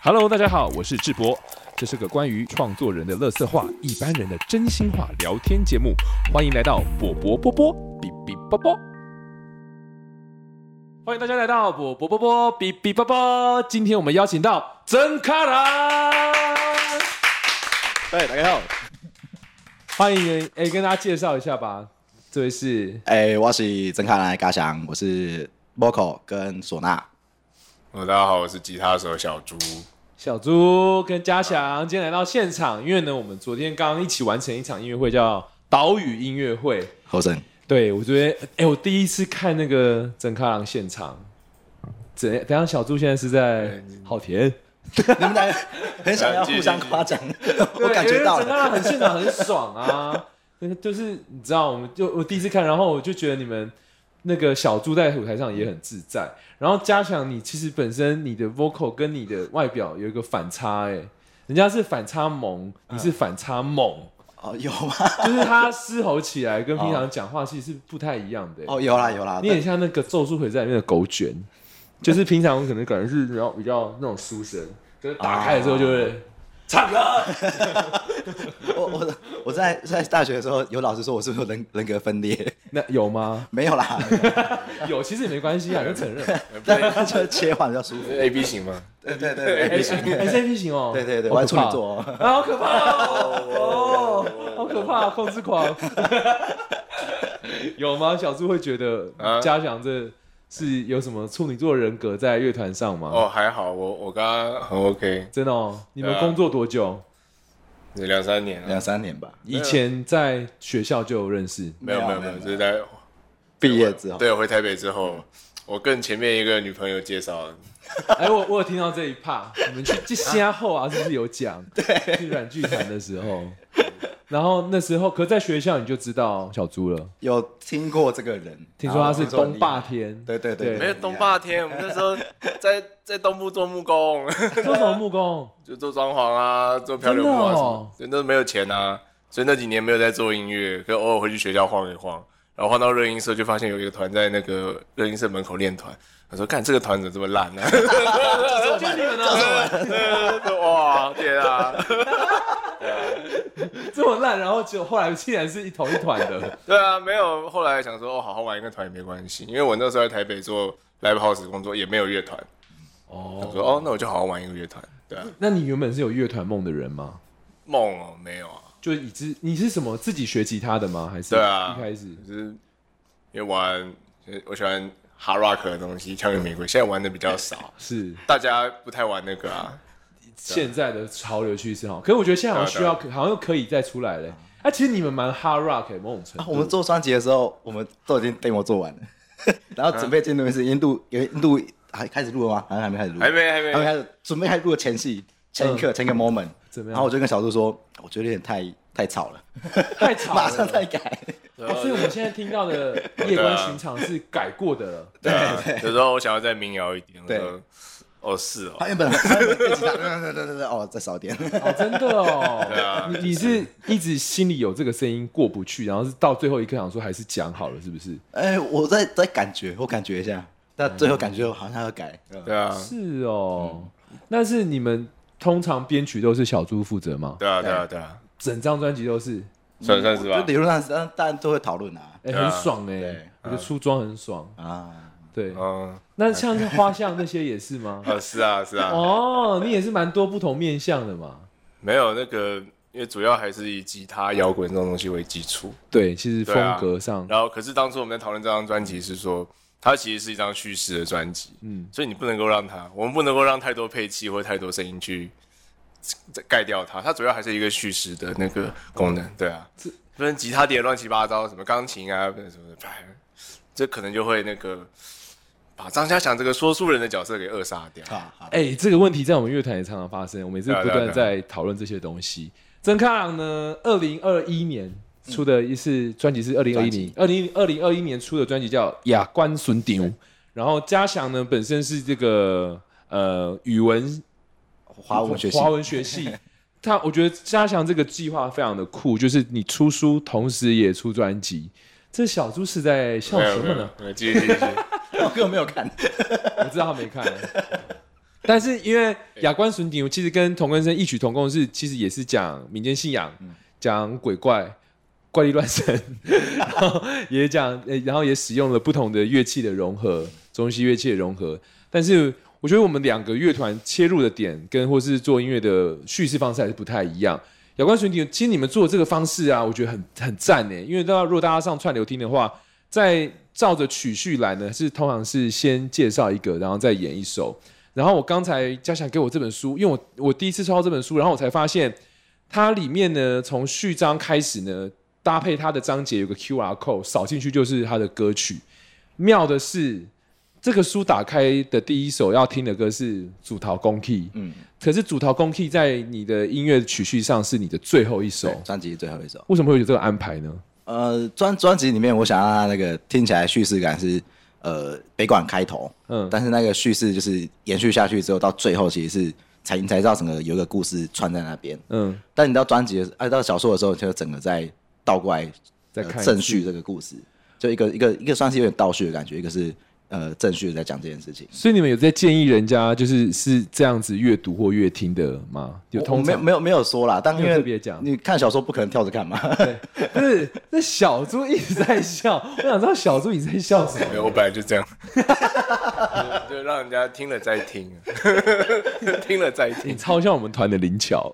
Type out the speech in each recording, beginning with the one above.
Hello，大家好，我是智博，这是个关于创作人的乐色话、一般人的真心话聊天节目，欢迎来到波波波波比比波波。欢迎大家来到波波波波比比波波，今天我们邀请到曾卡拉，哎，大家好，欢迎哎，跟大家介绍一下吧，这位是哎、我是曾卡兰的家祥，我是 Vocal 跟唢呐。呃，大家好，我是吉他手小猪。小猪跟嘉祥今天来到现场，因为呢，我们昨天刚刚一起完成一场音乐会，叫岛屿音乐会。后生，对，我觉得，哎、我第一次看那个曾卡郎现场，怎怎样？小猪现在是在好田，你们俩很想要互相夸奖， 我感觉到对因为曾卡了。郎很现场很爽啊， 那个就是你知道，我们就我第一次看，然后我就觉得你们那个小猪在舞台上也很自在，然后加强你其实本身你的 vocal 跟你的外表有一个反差、哎，人家是反差萌，嗯你是反差猛。哦，有吗？ 就是他嘶吼起来跟平常讲话其实是不太一样的、哎哦，有啦，有啦。你很像那个《咒术回战》里面的狗卷，就是平常可能感觉是比较比较那种书生，就是打开的时候就会唱歌。但我我我在在大学的时候，有老师说我是不是有人人格分裂？ 那有吗？没有啦，有，其实也没关系啊，就承认。但就切换比较舒服。 A B 型吗？对对对 S A P 型哦，对对对，好我还可处怕女座哦。啊，好可怕哦，哦好可怕，控制狂。有吗？小猪会觉得啊嘉祥这是有什么处女座人格在乐团上吗？哦，还好，我我刚刚很 OK，真的哦，你们对啊工作多久？两三年两了，三年吧，以前在学校就有认识，没有没有没有，就是在毕业之后，对，我回台北之后，我跟前面一个女朋友介绍的， 哎，我我有听到这一 part，你们去这虾后啊，是不是有讲？对，去软剧团的时候，然后那时候，可在学校你就知道小猪了，有听过这个人，啊听说他是东霸天。天，对对对没对有东霸天，我们那时候在在东部做木工， 做什么木工？就做装潢啊，做漂流木啊真的哦什么，所以那时候没有钱啊，所以那几年没有在做音乐，可偶尔回去学校晃一晃。然后晃到热音社，就发现有一个团在那个热音社门口练团。他说：“看这个团怎么这么烂呢、啊？” 就你们啊，哇，天啊！ 这么烂，然后就后来竟然是一同一团的，对啊，没有。后来想说，哦，好好玩一个团也没关系，因为我那时候在台北做 live house 工作，也没有乐团。我哦，说，哦，那我就好好玩一个乐团。对啊，那你原本是有乐团梦的人吗？梦哦，没有啊，就已知你是什么自己学吉他的吗？还是对啊一开始就是因为玩，我喜欢 hard rock 的东西，像玫瑰，现在玩的比较 少，是大家不太玩那个啊。现在的潮流趋势哈，可是我觉得现在好像需要，好像又可以再出来嘞。啊，其实你们蛮 hard rock 的某种程啊，度，我们做专辑的时候，我们都已经 demo 做完了， 然后准备进录音室，已经录，有录还开始录了吗？好像还没开始录，还没，还还没没，开始，准备开始录的前戏，前一刻，前一个 moment，怎么样然后我就跟小杜说，我觉得有点太太吵了，太吵 马上了。再改。哦所以我们现在听到 的夜观啊寻常是改过的了。对啊，有时候我想要再民谣一点。我对说，哦，是哦他，原本他原本电吉他，对对对对，哦，再少点。哦，真的 对哦啊，你你是一直心里有这个声音过不去，然后是到最后一刻想说还是讲好了，是不是？ 哎，我在在感觉，我感觉一下，但最后感觉好像要改。对啊，嗯是哦，那是你们通常编曲都是小猪负责吗？对啊，对嗯啊，对啊，整张专辑都是，算算是就吧。理论上是，但大家都会讨论啊哎，对啊很爽哎对，我觉得出装很爽。啊，对，嗯，那像是花像那些也是 吗？哦，是啊，是啊。哦，你也是蛮多不同面向的嘛。没有那个，因为主要还是以吉他、摇滚这种东西为基础。对，其实风对啊格上，然后，可是当初我们在讨论这张专辑是说，它其实是一张叙事的专辑，嗯，所以你不能够让它，我们不能够让太多配器或太多声音去盖掉它。它主要还是一个叙事的那个功能，对啊，不然吉他叠得乱七八糟，什么钢琴啊什么的，哎这可能就会那个把张家祥这个说书人的角色给扼杀掉。好好，哎、这个问题在我们乐坛也常常发生，我们也是对啊不对啊断在讨论这些东西。曾康朗呢，二零二一年嗯出的一次专辑是二零二一专年辑，二零二零二一年出的专辑叫《雅观损丢》，然后嘉祥呢本身是这个呃语文华文学系华文学系。他我觉得嘉祥这个计划非常的酷，就是你出书，同时也出专辑。这小猪是在笑没什有没么有呢？，没有继续继续。继续我根本没有看。我知道他没看。啊但是因为雅观损顶，其实跟同根生异曲同工的是，其实也是讲民间信仰，讲鬼怪、怪力乱神，然后也讲，呃然后也使用了不同的乐器的融合，中西乐器的融合。但是我觉得我们两个乐团切入的点跟或是做音乐的叙事方式还是不太一样。雅观损顶，其实你们做这个方式啊，我觉得很很赞呢。因为大家如果大家上串流听的话，在照着曲序来呢，是通常是先介绍一个，然后再演一首。然后我刚才嘉祥给我这本书，因为我我第一次抽到这本书，然后我才发现它里面呢，从序章开始呢，搭配它的章节有个 Q R code，扫进去就是它的歌曲。妙的是，这个书打开的第一首要听的歌是《主桃公 key》，嗯，可是《主桃公 key》在你的音乐曲序上是你的最后一首，专辑最后一首。为什么会有这个安排呢？呃，专专辑里面，我想让它那个听起来叙事感是呃北管开头，嗯但是那个叙事就是延续下去之后，到最后其实是才你才知道整个有一个故事串在那边。嗯，但你到专辑的时候，啊，到小说的时候，就整个在倒过来再呃看一次正序这个故事，呃就一个一个一个算是有点倒叙的感觉，一个是呃正序在讲这件事情。所以你们有在建议人家就是是这样子阅读或阅听的吗？有我通我没有常没有没有说啦，但因没有为特别讲你看小说不可能跳着看 嘛。不是，那小猪一直在笑，我想知道小猪你在笑什没么。有我本来就这样， 就让人家听了再听， 听了再你听。超像我们团的林巧，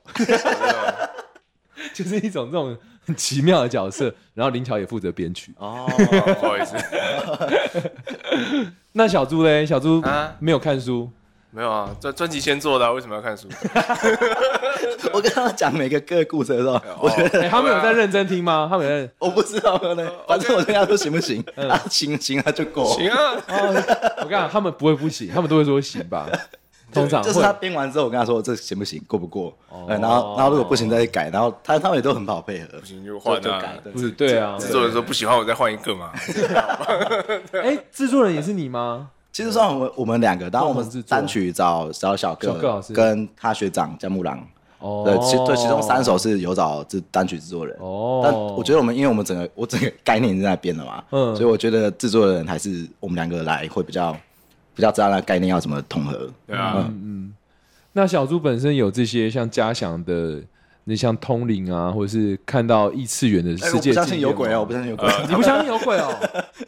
就是一种这种很奇妙的角色。然后林巧也负责编曲。哦，哦不好意思，那小猪嘞？小猪啊没有看书，没有啊，专专辑先做的啊、为什么要看书？我跟他讲每个歌的故事的时候， 我觉得哎，他们有在认真听吗？他们有在认我不知道哦呢，反正我跟他说行不行？嗯啊，行行啊就够。行啊，哦 我跟你讲，他们不会不行，他们都会说行吧。通常 就是他会，编完之后，我跟他说这行不行，过不过？哦呃然后然后如果不行再改，然后他他们也都很好配合，不行就换啊就改。对不是对啊。制作人说不喜欢，我再换一个嘛。哎，制作人也是你吗？其实算我们我们两个，然后我共同制们作单曲找找小小哥老哥师跟他学长姜木郎，哦，对，其对其中三首是有找这单曲制作人。哦但我觉得我们因为我们整个我整个概念是在那边的嘛，嗯所以我觉得制作人还是我们两个来会比较比较知道那个概念要怎么统合。对啊，嗯那小猪本身有这些像嘉祥的，那像通灵啊，或者是看到异次元的哎世我界、不相信有鬼哦，我不相信有鬼。 你不相信有鬼 哦？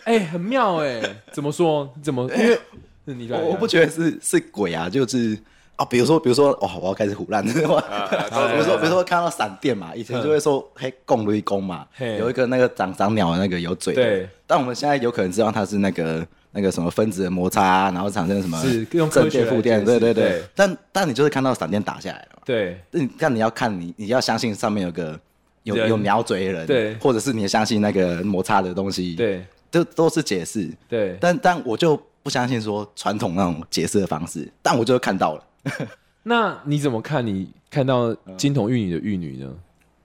哎、很妙哎、怎么说？怎么？因为嗯你来，哎我我不来觉得是是鬼啊，就是啊，比如说比如说哦，我要开始胡乱的啊话， 比如说比如说看到闪电嘛，以前就会说嘿共雷公嘛，嗯嘿有一个那个长长鸟的那个有嘴对的，但我们现在有可能知道它是那个那个什么分子的摩擦啊，然后产生什么是用科正学电来负电，解释对对对对，但但你就是看到闪电打下来了嘛，对那你但你要看你你要相信上面有个。有人有鸟嘴的人，对或者是你相信那个摩擦的东西，，对这都是解释。对，但但我就不相信说传统那种解释的方式，但我就看到了，那你怎么看？你看到嗯金童玉女的玉女呢？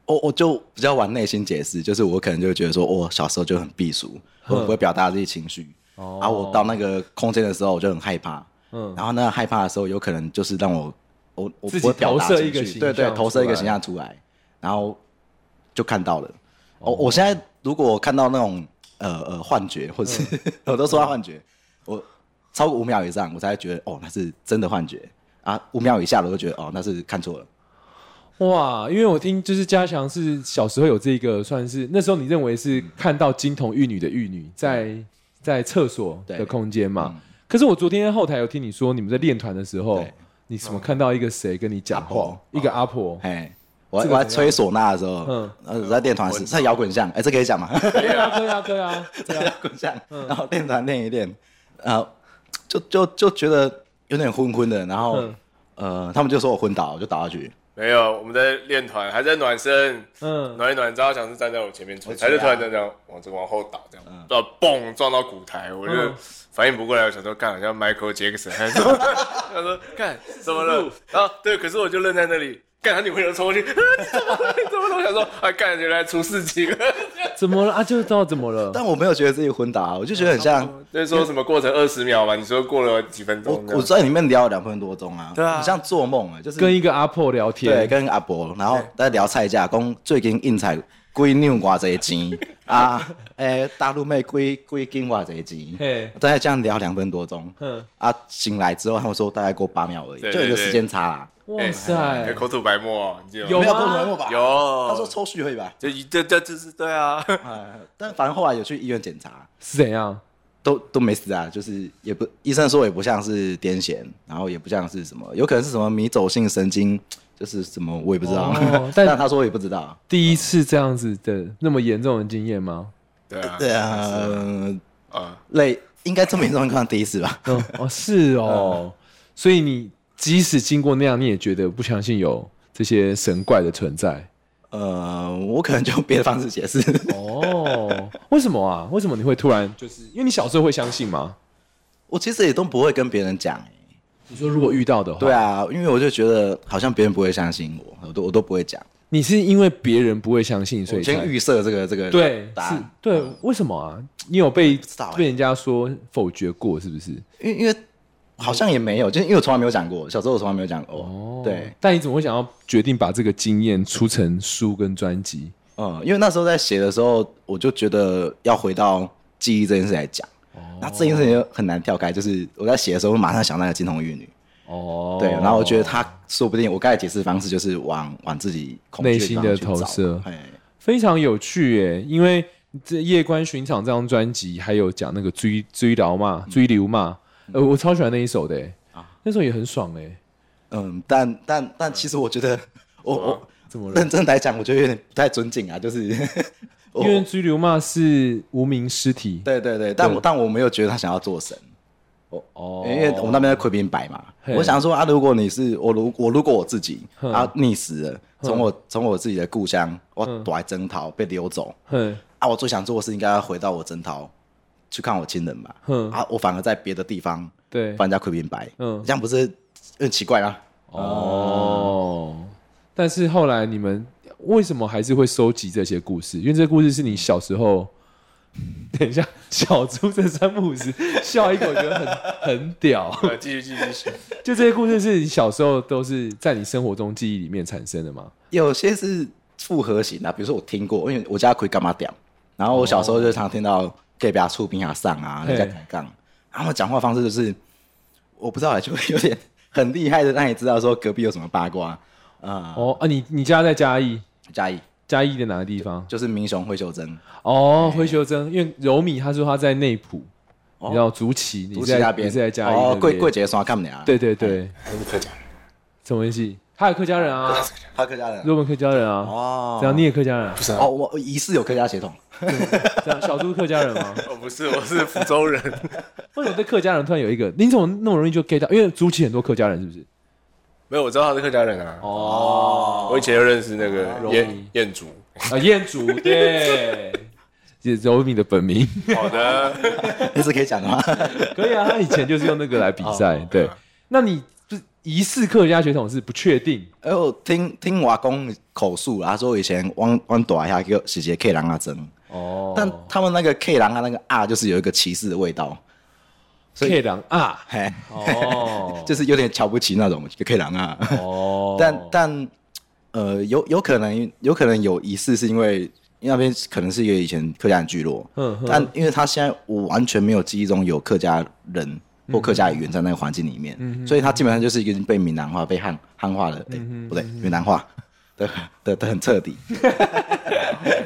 我我就比较玩内心解释，就是我可能就会觉得说，我、小时候就很避俗，我不会表达自己情绪，哦然后啊我到那个空间的时候我就很害怕，嗯然后那个害怕的时候有可能就是让我我我自己不会表达投射情一个绪形对对，象投射一出个来形象出来，然后就看到了。我、哦我现在如果我看到那种呃呃幻觉，或是、嗯 我都说他幻觉，我超过五秒以上，我才会觉得哦那是真的幻觉啊，五秒以下的我就觉得哦那是看错了。哇，因为我听就是嘉祥是小时候有这个，算是那时候你认为是看到金童玉女的玉女在在厕所的对空间嘛。可是我昨天后台有听你说，你们在练团的时候对，你什么看到一个谁跟你讲阿婆话，一个阿婆，哎，我这在个我在怎样吹唢呐的时候，嗯嗯，我在练团时在摇滚巷，哎，这可以讲吗？ 对啊对啊对啊，对 在啊摇滚巷，然后练团练一练，然后就就就觉得有点昏昏的，然后嗯呃，他们就说我昏倒，我就倒下去，没有，我们在练团，还在暖身，嗯，暖一暖。张浩翔是站在我前面吹，我他吹啊嗯就突然这样往这个往后倒，这样，然后嘣撞到鼓台，我就嗯反应不过来，我想说干好像 Michael Jackson，他 说他说干怎么嗯了？然后对，可是我就愣在那里。干他女朋友冲过去，啊 你怎么了？你怎么了？我想说，啊，干原来出事情了。怎么了啊？就知道怎么了？但我没有觉得自己昏倒啊，我就觉得很像就是说什么过程二十秒嘛？你说过了几分我钟？我在里面聊了两分多钟啊，对啊很像做梦啊，就是跟一个阿婆聊天，对跟阿伯，然后在聊菜价，公最近应采几两偌侪钱 啊？诶、大陆妹几几斤偌侪钱？嘿，大概这样聊两分多钟哼，啊，醒来之后他们说大概过八秒而已，对就有一对个对时间差啦。哇你塞的，哎口吐白沫哦，你记得吗有没有吗过头过吧？有，啊他说抽血而已吧。这一这这这是对啊， 呃， 但反正后来有去医院检查，是怎样？都都没死啊，就是也不医生说也不像是癫痫，然后也不像是什么，有可能是什么迷走性神经，就是什么我也不知道。 哦但但他说也不知道。第一次这样子的那么严重的经验吗？对啊，对啊，呃啊，类应该这么严重，看第一次吧？ 嗯，哦，是哦，所以你即使经过那样，你也觉得不相信有这些神怪的存在。呃，我可能就用别的方式解释。 哦，为什么啊？为什么你会突然就是因为你小时候会相信吗？我其实也都不会跟别人讲、欸哦你说如果遇到的话，对，啊，因为我就觉得好像别人不会相信我，我都我都不会讲。你是因为别人不会相信，所我以先才预设这个这个对答是案，，对，为什么啊？你有被知道欸被人家说否决过是不是？因为因为好像也没有，就是因为我从来没有讲过，小时候我从来没有讲过。哦，对，，但你怎么会想要决定把这个经验出成书跟专辑？嗯，因为那时候在写的时候，我就觉得要回到记忆这件事来讲。哦那这件事情就很难跳开，就是我在写的时候，会马上想到那个金童玉女，哦，对，然后我觉得他说不定我刚才解释的方式就是往往自己恐惧内心的地方去投射找哎，非常有趣耶，因为这《夜观寻常》这张专辑还有讲那个追追聊嘛，追流嘛，呃，我超喜欢那一首的耶，那首也很爽 哎，嗯，但但但其实我觉嗯得我我怎么了？认真来讲，我觉得有点不太尊敬啊，就是 我因为追流嘛是无名尸体，对对对，但我但我没有觉得他想要做神，哦因为我们那边在亏兵白嘛，嘿我想说啊，如果你是我如我如果我自己哼啊溺死了，从我从我自己的故乡我躲在征讨被溜走哼啊，我最想做的是应该要回到我征讨去看我亲人吧，哼，啊，我反而在别的地方对帮，人家亏兵白，嗯这样不是很奇怪吗？啊哦，但是后来你们为什么还是会收集这些故事？因为这些故事是你小时候。等一下，小猪这三不五时笑一口，觉得很很屌。呃继续继续继 续，就这些故事是你小时候都是在你生活中记忆里面产生的吗？有些是复合型啊的、比如说我听过，因为我家可以干嘛屌，然后我小时候就常听到隔壁啊、厝边啊上啊，哦嘿人家抬杠，然后他们讲话方式就是我不知道欸，就会有点很厉害的让你知道说隔壁有什么八卦啊。哦啊，你你家在嘉义，嘉义嘉义的哪个地方？就是明雄灰袖珍，哦，灰修真，因为柔米他说他在内埔，哦你知道竹崎，你竹在崎那你边是在嘉义那哦，边贵贵姐刷看你啊，对，对对，还是客家人，什么意思？他有客家人啊，他客家人啊若文客家人啊，哦这样你也客家人啊，不是啊哦，，我我疑似有客家血统， 这样小猪客家人吗？ 我不是，我是福州人， 为什么对客家人突然有一个？你怎么那么容易就 get 到？因为竹崎很多客家人是不是？没有，我知道他是客家人啊。哦，我以前就认识那哦个柔燕米燕竹。啊，彦 竹对，是柔米的本名。好 的，这是可以 讲的吗？可以啊，他以前就是用那个来比赛。哦啊对，那你就是疑似客家血统是不确定哎，我听听我阿公口述啊啦，他说以前汪汪躲一下叫是一个客人阿珍。哦但他们那个 K 狼啊，那个 R 就是有一个歧视的味道，所以 K 郎啊，嘿，哦就是有点瞧不起那种 K 狼啊。 哦，但但呃，有有可能有可能有疑似是因为因为那边可能是一个以前客家人聚落，嗯哼但因为他现在我完全没有记忆中有客家人嗯或客家语言在那个环境里面，所以他基本上就是一个被闽南化、被汉汉化嗯的，哎、不对，闽南化 的的的很彻底。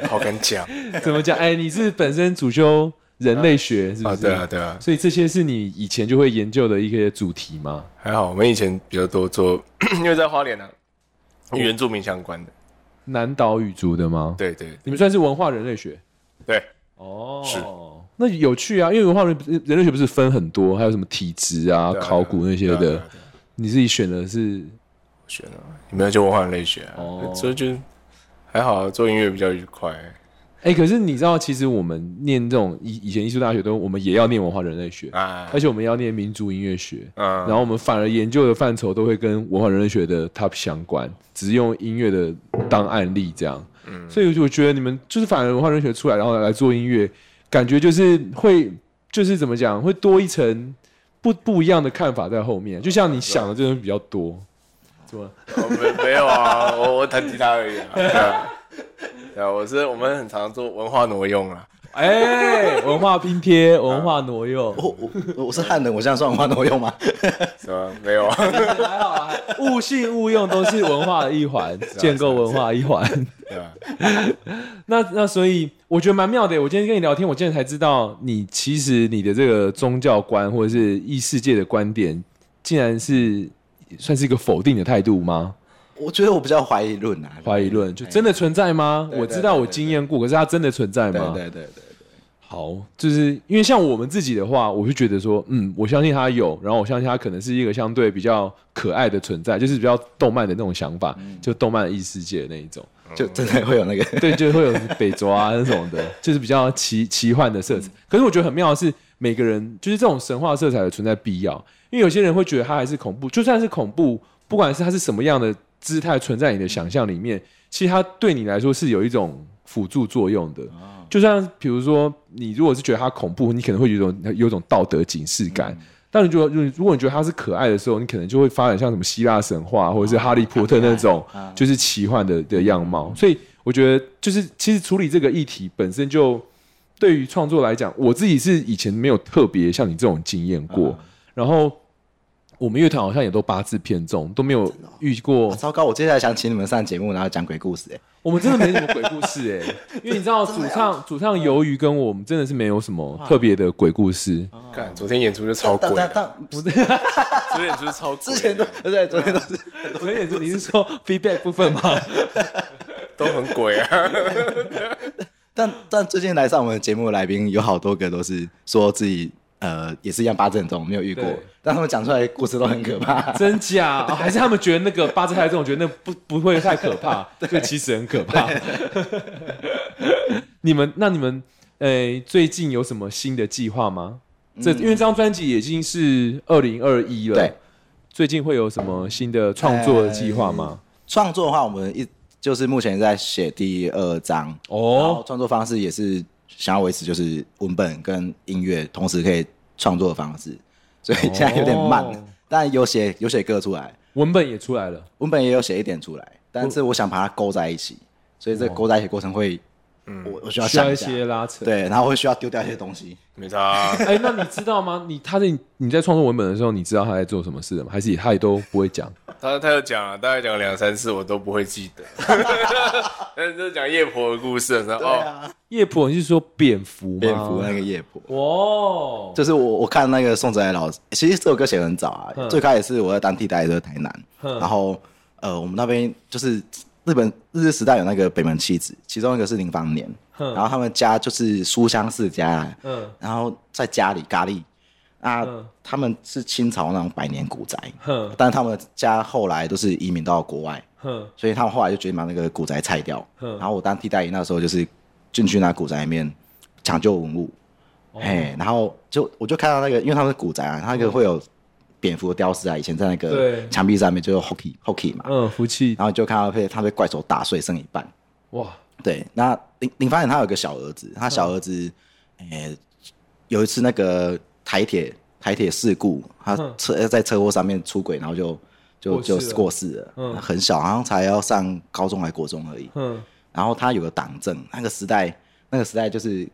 好敢讲怎么讲？哎，你是本身主修人类学是啊！不是？对啊，对啊，所以这些是你以前就会研究的一些主题吗？还好我们以前比较多做， 因为在花莲啊，与原住民相关的。南岛语族的吗？对对你们算是文化人类学对，啊哦。是。那有趣啊，因为文化人人类学不是分很多，还有什么体质啊、对啊考古那些对啊对的啊，对啊你自己选的是我选了，你没有就文化人类学啊哦，所以就还好啊，做音乐比较愉快。哎、可是你知道，其实我们念这种以以前艺术大学都，我们也要念文化人类学，啊而，且我们要念民族音乐学，嗯然后我们反而研究的范畴都会跟文化人类学的 top 相关，只是用音乐的当案例这样。所以我就觉得你们就是反而文化人类学出来，然后来做音乐，感觉就是会就是怎么讲，会多一层不不一样的看法在后面。就像你想的这种比较多，怎么了？哦没没有啊，我我弹吉他而已啊。对啊对啊，我是我们很常做文化挪用啊，哎、文化拼贴，文化挪用，我我我我是汉人，我现在算文化挪用吗？ 什么没有啊？还好啊，物性物用都是文化的一环，啊建构文化一环。对吧？ 那那所以我觉得蛮妙的耶。我今天跟你聊天，我今天才知道你其实你的这个宗教观或者是异世界的观点，竟然是算是一个否定的态度吗？我觉得我比较怀疑论啊，怀疑论就真的存在吗？对对我知道我经验过，可是它真的存在对吗？对对对对，好，就是因为像我们自己的话，我就觉得说，嗯，我相信它有，然后我相信它可能是一个相对比较可爱的存在，就是比较动漫的那种想法，就动漫异世界的那一种。就真的会有那个 对，就会有北爪啊那种的，就是比较奇奇幻的色彩。可是我觉得很妙的是，每个人就是这种神话色彩的存在必要，因为有些人会觉得它还是恐怖，就算是恐怖，不管是它是什么样的姿态存在你的想象里面，其实它对你来说是有一种辅助作用的。就像比如说，你如果是觉得它恐怖，你可能会有一种有一种道德警示感。但你觉得，如果如果你觉得它是可爱的时候，你可能就会发展像什么希腊神话或者是哈利波特那种，就是奇幻的的样貌。所以我觉得，就是其实处理这个议题本身就对于创作来讲，我自己是以前没有特别像你这种经验过。然后我们乐团好像也都八字偏重，都没有遇过啊。糟糕！我接下来想请你们上节目，然后讲鬼故事、哎，我们真的没什么鬼故事 哎、因为你知道主唱主唱鱿鱼跟我们真的是没有什嗯么特别的鬼故事。看昨天演出就超贵但，但但昨不是天演出就超贵，之前都对，昨天都是所以你是说 feedback 部分 吗？都很鬼啊。但但最近来上我们节目的来宾有好多个都是说自己呃也是一样八阵中没有遇过对，但他们讲出来的故事都很可 怕。真假、哦还是他们觉得那个八字太重，觉得那不不会太可 怕，就其实很可怕。 你们那你们诶、呃最近有什么新的计划吗？这因为这张专辑已经是二零二一了，嗯对，最近会有什么新的创作计划哎吗？创作的话，我们一就是目前在写第二章，然后哦，创作方式也是想要维持就是文本跟音乐同时可以创作的方式，所以现在有点慢了哦但有写有写歌出来，文本也出来了，文本也有写一点出来，但是我想把它勾在一起，所以这个勾在一起过程会，我我需哦要嗯需要想一下些拉扯。对，然后会需要丢掉一些东西。没差啊， 哎、那你知道吗？你他在你在创作文本的时候，你知道他在做什么事的吗？还是他也都不会讲？他他有讲了，啊大概讲了两三次，我都不会记得。但是就是讲夜婆的故事的时候，啊哦，夜婆，你是说蝙蝠吗？蝙蝠哎那个夜婆，哦，啊就是我我看那个宋哲爱老师，其实这首歌写得很早啊嗯，最开始是我在当替代的台南，嗯然后呃我们那边就是日本日治时代有那个北门七子，其中一个是林芳年，嗯然后他们家就是书香世家啊，嗯然后在家里咖喱啊嗯，他们是清朝那种百年古宅，哼但他们家后来都是移民到国外，哼所以他们后来就决定把那个古宅拆掉。嗯然后我当替代役那时候就是进去那古宅里面抢救文物，哦哎、然后就我就看到那个，因为他们是古宅啊，它那个会有蝙蝠的雕饰啊，以前在那个对墙壁上面就有 hockey hockey 嘛，嗯，福气然后就看到被他被怪手打碎剩一半。哇，对，那林林发现他有个小儿子，他嗯小儿子，诶、有一次那个台铁台铁事故，他嗯车在车祸上面出轨，然后就就过世就了过世了，嗯很小，好像才要上高中还国中而已。哼然后他有个党证，那个时代那个时代就是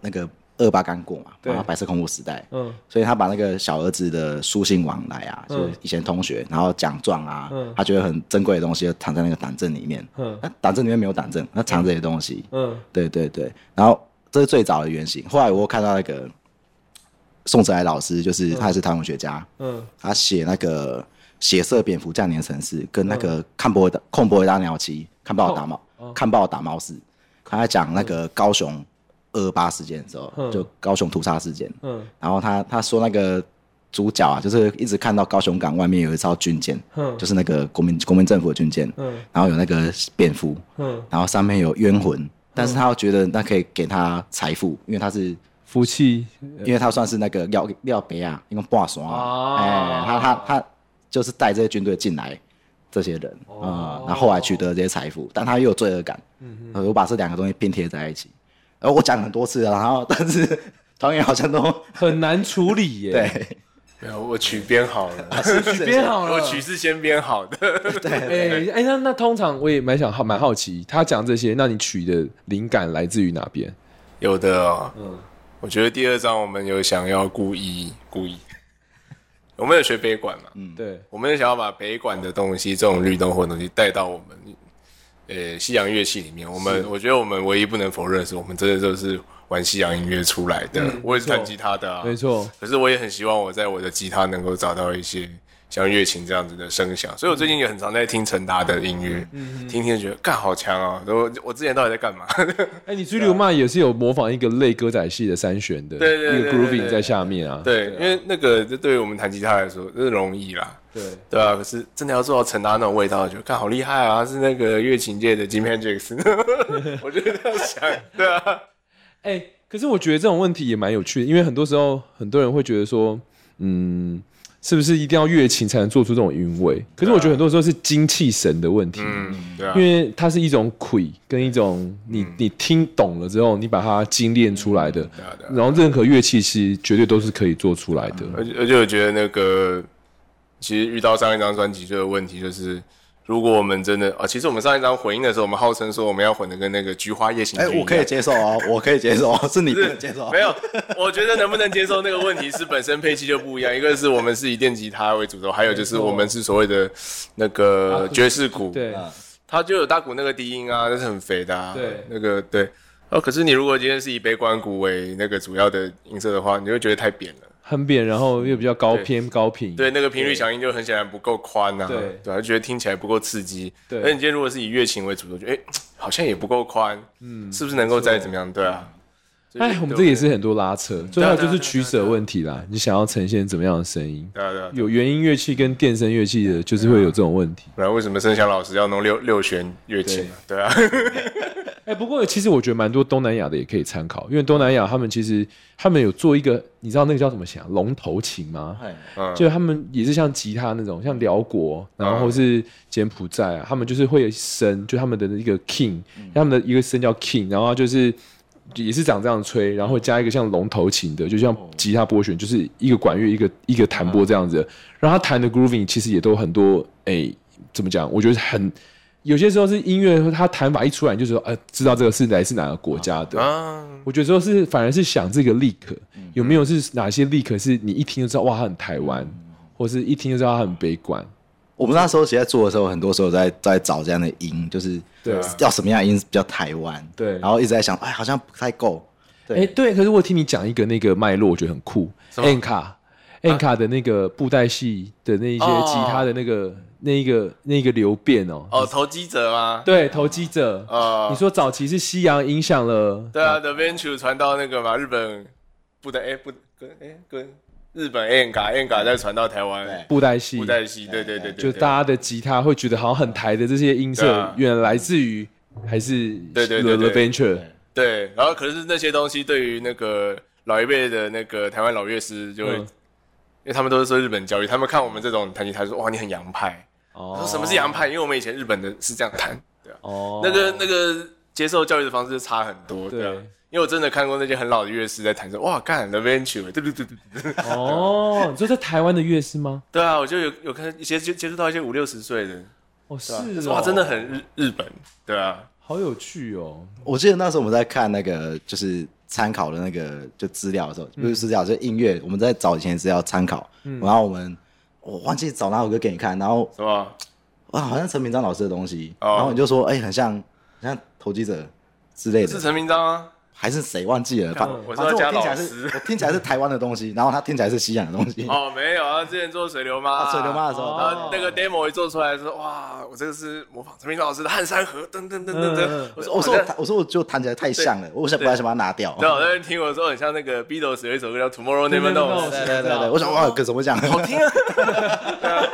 那个二八刚过嘛，对然后白色恐怖时代，嗯所以他把那个小儿子的书信往来啊，嗯就是以前同学，然后奖状啊，嗯他觉得很珍贵的东西，就藏在那个党证里面。哼那党证里面没有党证，他藏这些东西。嗯，对对对，然后这是最早的原型。后来我又看到那个宋哲来老师，就是他也是台湾文学家，嗯他写那个血色蝙蝠降临城市，跟那个看波的控波达鸟期看报打猫嗯哦看报打猫事，他在讲那个高雄二八事件的时候，嗯就高雄屠杀事件，嗯然后他他说那个主角啊，就是一直看到高雄港外面有一艘军舰，哼就是那个国民国民政府的军舰，嗯然后有那个蝙蝠，哼，然后上面有冤魂，但是他又觉得那可以给他财富，因为他是。福气因为他算是那个廖廖北亚，因为挂双呃哦啊，哎、他他他就是带这些军队进来，这些人啊、哦然后后来取得这些财富，但他又有罪恶感，嗯我把这两个东西拼贴在一起，呃， 我讲很多次了，然后但是团员好像都很难处理耶。对，没有，我曲编好了，是编好 我了。曲是先编好的。哎对，哎、那那通常我也蛮想好蛮好奇，他讲这些，那你取的灵感来自于哪边？有的、哦，嗯我觉得第二章我们有想要故意故 意，我们有学北管嘛，嗯对，我们也想要把北管的东西，这种律动或东西带到我们呃西洋乐器里面。我们我觉得我们唯一不能否认的是，我们真的就是玩西洋音乐出来的，我也是弹吉他的啊，嗯没错，可是我也很希望我在我的吉他能够找到一些像乐琴这样子的声响，所以我最近也很常在听陈达的音乐，嗯听听就觉得干好强啊！我我之前到底在干嘛？哎、啊你追流骂也是有模仿一个类歌仔戏的三弦的，对对对一对个对对 grooving 在下面啊，对，因为那个这对于我们弹吉他来说，这容易啦。对，对啊，可是真的要做到陈达那种味道，就看好厉害啊！是那个乐琴界的 Jim Hendrix，我就这样想，对啊，哎、可是我觉得这种问题也蛮有趣的，因为很多时候很多人会觉得说，嗯，是不是一定要乐琴才能做出这种韵味？可是我觉得很多时候是精气神的问题， 嗯，对啊嗯因，为它是一种魁跟一种你、你听懂了之后，你把它精炼出来的，对啊对啊嗯然后任何乐器其实绝对都是可以做出来的。而且而且我觉得那个，其实遇到上一张专辑就有问题，就是如果我们真的啊，其实我们上一张混音的时候，我们号称说我们要混的跟那个《菊花夜行哎，军一样》我可以接受哦，我可以接受，是你不能接受没。有，我觉得能不能接受那个问题是本身配器就不一样，一个是我们是以电吉他为主轴，还有就是我们是所谓的那个爵士鼓，对，它就有大鼓那个低音啊，那是很肥的、啊，对那个对。哦，可是你如果今天是以北管鼓为那个主要的音色的话，你就会觉得太扁了。哼扁，然后又比较高偏高频，对，那个频率响应就很显然不够宽呐、啊，对对啊，就觉得听起来不够刺激。对而你今天如果是以乐琴为主轴，就哎、好像也不够宽，嗯，是不是能够再怎么样？对啊，所以哎，我们这也是很多拉扯，最啊后对啊就是对啊取对啊舍问题啦。你想要呈现怎么样的声音？对啊对啊。有原音乐器跟电声乐器的，就是会有这种问题。不然为什么声响老师要弄六六弦乐琴呢？对啊，啊哎、不过其实我觉得蛮多东南亚的也可以参考，因为东南亚他们其实他们有做一个，你知道那个叫什么琴啊？龙头琴吗？哎就他们也是像吉他那种，像辽国，然后或是柬埔寨啊，他们就是会有笙，就他们的一个 king，他们的一个笙叫 king，然后就是也是长这样吹，然后加一个像龙头琴的，就像吉他拨弦，就是一个管乐，一个一个弹拨这样子的。然后他弹的 grooving 其实也都很多，哎、怎么讲？我觉得很有些时候是音乐，他弹法一出来，你就说，呃，知道这个是来自哪个国家的。啊，我觉得说是反而是想这个 leak 嗯有没有是哪些 leak 是你一听就知道哇，他很台湾，嗯或是一听就知道他很北管。我们那时候其实在做的时候，很多时候在在找这样的音，就是对啊要什么样的音比较台湾，对然后一直在想，哎，好像不太够，对哎，对，可是我听你讲一个那个脉络，我觉得很酷。N 卡 N 卡的那个布袋戏的那一些啊哦吉他的那个那一个那一个流变哦， 哦，投机者吗？对，投机者。你啊，说早期是西洋影响了，对啊，The Venture 传到那个嘛，日本不得哎不跟哎跟日本 N 嘎 N 嘎再传到台湾对布袋戏布，袋戏，对对对对，就对大家的吉他会觉得好像很台的这些音对色啊，原来来自于还是对对对 The 对 Venture。对，然后可是那些东西对于那个老一辈的那个台湾老乐师就会。嗯因为他们都是受日本教育，他们看我们这种弹吉他说：“哇，你很洋派。”我哦说：“什么是洋派？”因为我们以前日本的是这样弹，对啊。哦，那个那个接受教育的方式差很多，对对啊，因为我真的看过那些很老的乐师在弹说，哇，干 The Venture，对对对对对， 哦，你说在台湾的乐师吗？对啊，我就有有看接接接触到一些五六十岁的，哦，是对啊哦哇，真的很日日本，对啊，好有趣哦。我记得那时候我们在看那个就是参考的那个就资料的时候，嗯不是资料，就是音乐，我们在找以前的资料参考，然后我们我忘记找哪首歌给你看，然后是吧？哇，好像陈明章老师的东西，哦然后你就说，哎、很像很像投机者之类是的，陈明章啊，还是谁忘记了？反我反正是要我加听起来老是师，我听起来是台湾的东西，然后他听起来是西洋的东西。哦，没有啊，之前做水流妈、啊水流妈的时候然后哦那个 demo 一做出来说，哇，我这个是模仿陈明章老师的《汉山河》，噔噔噔噔嗯嗯噔嗯，我说我我说说我，我说我就弹起来太像了，我想本来想把它拿掉。对，我在那边听我说很像那个 Beatles 有一首歌叫《Tomorrow Never Knows》，对对对对，我想哇，可怎么讲？好听啊！对啊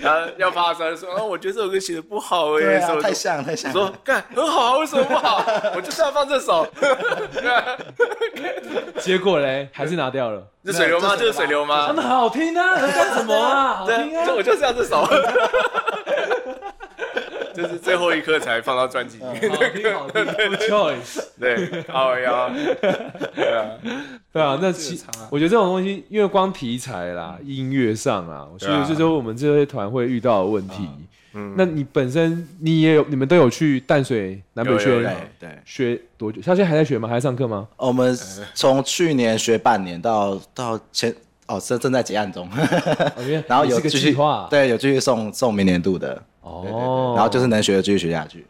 然后要发声说，啊，我觉得这首歌写的不好哎、对什啊，么太像太像我。说干很好啊，为什么 不好？我就是要放这首，对啊，结果嘞，还是拿掉了。这水流吗？这就是水流他吗？们好听啊，能干什么啊？好对听啊，就啊！ 我就是要这首。就是最后一刻才放到专辑里面。嗯好听好听，good choice。 对，好呀，对啊，对啊，那这其个差我觉得这种东西，因为光题材啦、音乐上啊，我觉对得啊这就是我们这些团会遇到的问题。嗯那你本身你也有，你们都有去淡水南北有有轩有对对，学多久？他现在还在学吗？还在上课吗？我们从去年学半年到到前哦，正正在结案中， 哦原来然后你有是个继计续划，啊对，有继续送送明年度的，对对哦对，然后就是能学的继续学下去。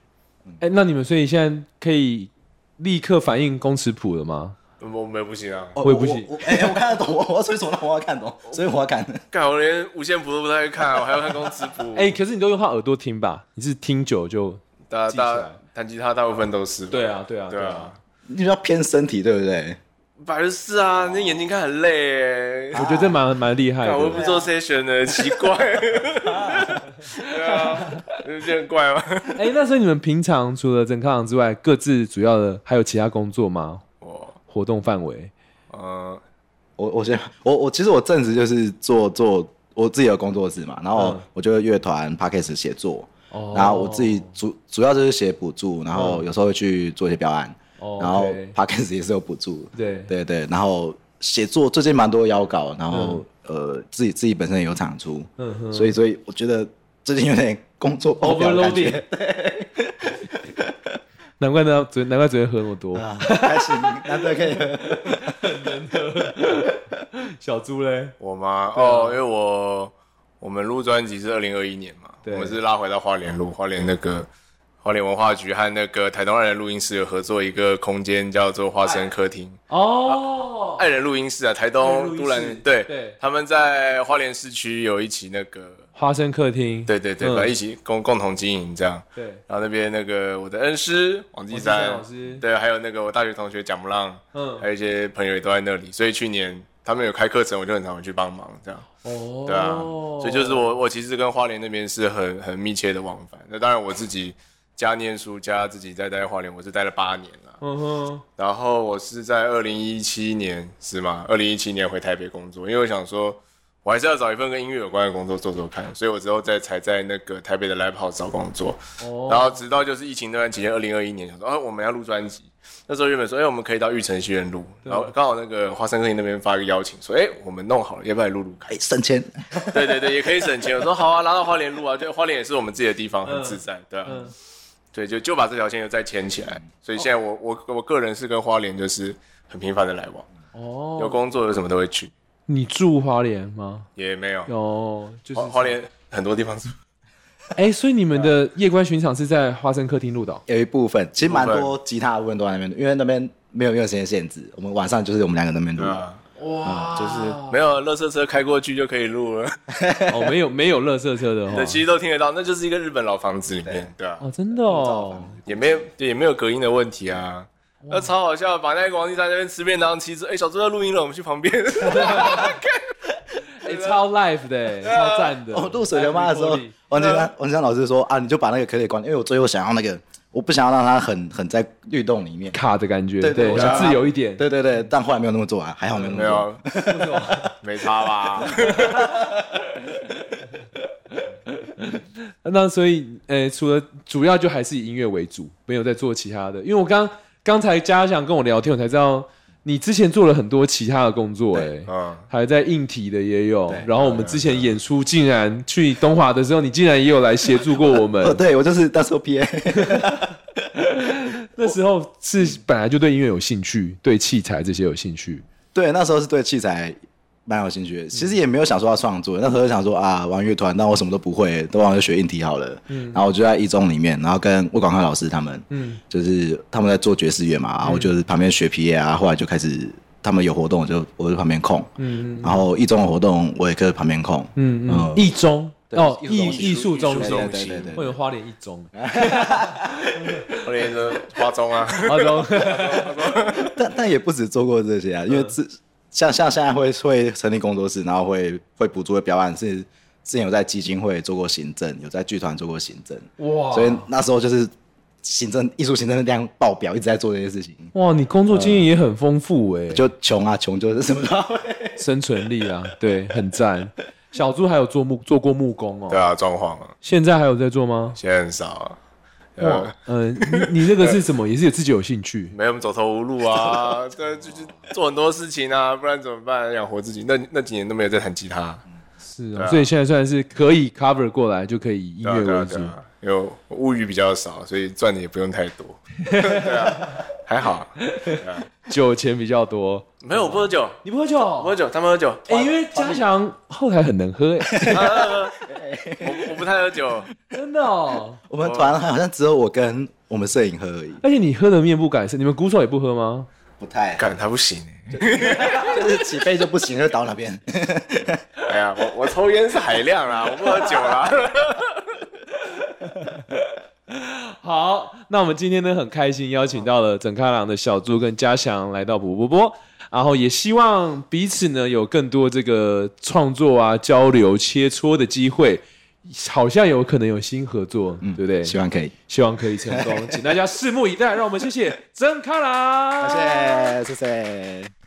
哎、那你们所以现在可以立刻反应公尺谱了吗？我们不行啊，我也不信我，我哎、哎我看得懂，我我要吹什么让我要看懂，所以我要看。干我连五线谱都不太会看，我还要看公子谱。 哎、可是你都用他耳朵听吧？你是听久就大记起来大弹吉他大部分都是，对啊，对啊，对啊，，你比较偏身体，对不对？百分是啊，那眼睛看很累哎我。觉得这蛮蛮厉害 干啊我又不的。做 session 的，奇怪。对啊，有点怪吗？哎、那所以你们平常除了整康之外，各自主要的还有其他工作吗？ 我，活动范围？嗯，我我先我我其实我正职就是做做我自己的工作室嘛，然后嗯我就乐团 p a c k a g e 写作，哦然后我自己主主要就是写补助，然后嗯有时候会去做一些标案，哦然后 OK p a c k a g e 也是有补助，对对对，然后写作最近蛮多邀稿，然后、呃自己自己本身也有产出，嗯哼所以所以我觉得最近有点工作爆表的感觉 Overloading 难怪呢，昨难怪昨天喝那么多。 啊，还行，难得 可以喝小猪嘞，我吗？啊哦，因为我我们录专辑是二零二一年嘛，对我们是拉回到花莲录，花莲那个花莲文化局和那个台东爱人录音室有合作一个空间，叫做花生客厅。哦，爱人录音室啊，台哎爱人录东音室都兰对，对他们在花莲市区有一起那个，花生客厅，对对对，嗯本来一起共共同经营这样。对，然后那边那个我的恩师王继山王继山老师对，还有那个我大学同学蒋不浪，嗯还有一些朋友也都在那里，所以去年他们有开课程，我就很常回去帮忙这样。哦，对啊，所以就是我我其实跟花莲那边是很很密切的往返。那当然我自己加念书加自己再待在花莲，我是待了八年了。嗯哼，然后我是在二零一七年是吗？二零一七年回台北工作，因为我想说，我还是要找一份跟音乐有关的工作做做看，所以我之后在才在那个台北的 Live House 找工作。哦然后直到就是疫情那段期间，二零二一年想说，啊，我们要录专辑。那时候原本说，哎、我们可以到玉成学院录，然后刚好那个花生客厅那边发个邀请，说，哎、我们弄好了，要不要来录录看哎？省钱，对对对，也可以省钱。我说好啊，拉到花莲路啊，对，花莲也是我们自己的地方，很自在，对啊。嗯哦对，就就把这条线又再牵起来。所以现在我我我个人是跟花莲就是很频繁的来往，有哦，工作有什么都会去，你住花莲吗？也没有。有，就是花花莲很多地方住，哎、所以你们的夜观巡场是在花生客厅录的哦、有一部分其实蛮部多吉他的部分都在那边，因为那边没有没有时间限制，我们晚上就是我们两个在那边录对。啊，哇，就是没有垃圾车开过去就可以录了，哦，没有没有乐色车的哦对，，其实都听得到，那就是一个日本老房子里面，对啊，哦，真的哦，也没有对也没有隔音的问题啊。那超好笑，把那个王帝在那边吃便当，其实哎、小猪在录音了，我们去 旁边。哎、超 live 的、哎超赞的。啊我哦录水流妈的时候，哦王金山王金山老师说啊，你就把那个可以关，因为我最后想要那个，我不想要让它很很在律动里面。卡的感觉，对对我我想想自由一点。对对对，但后来没有那么做啊，还好没有那没么做。有，没 差吧？那所以，呃，除了主要就还是以音乐为主，没有在做其他的。因为我刚刚才嘉祥跟我聊天，我才知道你之前做了很多其他的工作、哎。嗯，还在硬体的也有对，然后我们之前演出竟然去东华的时候，你竟然也有来协助过我 哦，们。对我就是那时候 PA，那时候是本来就对音乐有兴趣，对器材这些有兴趣。对，那时候是对器材蛮有兴嗯趣的，其实也没有想说要创作，那时候就想说啊，玩乐团，那我什么都不会，都往就学硬体好了。然后我就在一中里面，然后跟魏广汉老师他们，嗯就是他们在做爵士乐嘛，然后我就是旁边学 PA 啊，后来就开始他们有活动，我就我就旁边控，嗯然后一中的活动我也跟着旁边控，嗯嗯嗯，一中对哦，艺术艺中心艺术中心艺术，中对对心对会对有花莲一中，我连着花中啊，花中但但也不止做过这些啊，因嗯为自、像像现在会会成立工作室，然后会会补助会标案，是之前有在基金会做过行政，有在剧团做过行政， 哇，所以那时候就是行政艺术行政的量爆表，一直在做这些事情。哇，你工作经验也很丰富哎，就穷啊，穷就是什么都要会。 生存力啊，对，很赞。小猪还有做木做过木工 对哦，啊，装潢啊，现在还有在做吗？现在很少啊。哇呃，，嗯，你你这个是什么？也是有自己有兴 趣没有我们走投无路啊， 对，就是做很多事情啊，不然怎么办？养活自己。那那几年都没有在弹吉他，是对啊，啊所以现在算是可以 cover 过来，就可以以音对啊乐对啊为主对。啊，因为我物欲比较少，所以赚的也不用太多。 对啊，还好，酒钱比较多，没有我不喝酒，你不喝酒？我喝酒，他们喝 酒。哎、因为嘉祥后台很能喝、哎， 我我不太喝酒，真的哦。 我们团好像只有我跟我们摄影喝而已，而且你喝的面不改善，你们鼓手也不喝吗？不太，干他不行欸。就是起飞就不行，就倒那边。哎呀，我我抽烟是海量啦，我不喝酒啊啦。好，那我们今天呢很开心邀请到了整开朗的小猪跟嘉祥来到补波波，然后也希望彼此呢有更多这个创作啊、交流、切磋的机会，好像有可能有新合作，对不对？嗯希望可以，希望可以 成功，请大家拭目以待。让我们谢谢曾开朗，谢谢，谢谢。